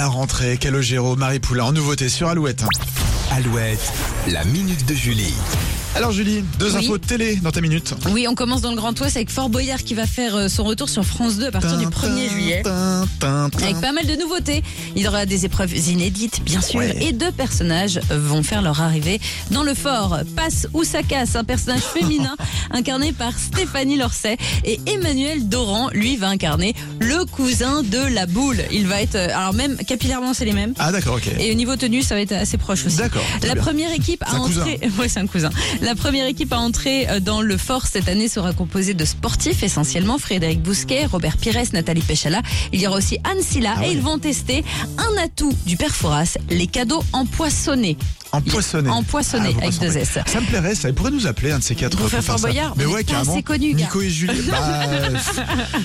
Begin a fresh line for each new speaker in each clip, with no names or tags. La rentrée, Calogero, Marie Poulain, en nouveauté sur Alouette.
Alouette, la minute de Julie.
Alors Julie, deux
Oui.
infos télé dans ta minute.
Oui, on commence dans le Grand Ouest avec Fort Boyard qui va faire euh, son retour sur France 2 à partir du 1er juillet. Avec pas mal de nouveautés. Il y aura des épreuves inédites, bien sûr.
Ouais.
Et deux personnages vont faire leur arrivée dans le fort. Passe ou ça casse, un personnage féminin incarné par Stéphanie Lorset. Et Emmanuel Doran, lui, va incarner le cousin de la boule. Il va être. euh, Alors, même capillairement, c'est les mêmes.
Ah d'accord, ok.
Et au niveau tenue, ça va être assez proche aussi.
D'accord, très
La
bien.
première équipe
C'est
à
un cousin.
entrer. Ouais, c'est un cousin. La première équipe à entrer euh, dans le fort cette année sera composée de sportifs essentiellement Frédéric Bousquet, Robert Pires, Nathalie Péchala. Il y aura aussi Anne Silla
Ah
et
ouais.
ils vont tester un atout du père Fouras, les cadeaux empoisonnés.
Empoisonné.
Empoisonné,
Ah,
avec deux
empoisonné.
S.
Ça me plairait, ça. Il pourrait nous appeler un de ces quatre.
Pour faire Fort
ça.
Boyard,
Mais
on
ouais,
est pas
carrément.
assez connus, gars.
Nico et Julie. Bah, euh,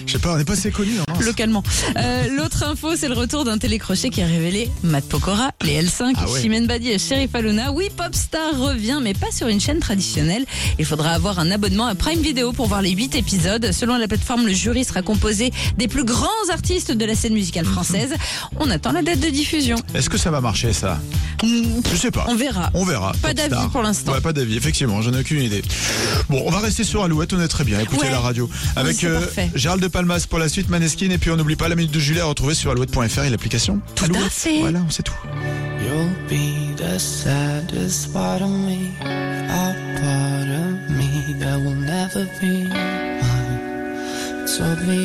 je sais pas, on n'est pas assez connus. hein.
Localement. Euh, L'autre info, c'est le retour d'un télécrochet qui a révélé Matt Pokora, les L5,
Ah ouais.
Chimène Badi et Sherif Alona. Oui, Popstar revient, mais pas sur une chaîne traditionnelle. Il faudra avoir un abonnement à Prime Video pour voir les 8 épisodes. Selon la plateforme, le jury sera composé des plus grands artistes de la scène musicale française. On attend la date de diffusion.
Est-ce que ça va marcher ça
Mm,
Je sais pas.
On verra.
On verra.
Pas
Popstar.
d'avis pour l'instant.
Ouais, pas d'avis, effectivement, j'en ai aucune idée. Bon, on va rester sur Alouette, on est très bien. Écoutez
Ouais.
la radio. Avec euh,
c'est parfait.
Gérald de Palmas pour la suite, Maneskin, et puis on n'oublie pas la minute de Julie à retrouver sur alouette.fr et l'application.
Tout à
Alouette.
fait.
Voilà, c'est tout.
You'll be the saddest part of me, a part of me that will never be mine. So be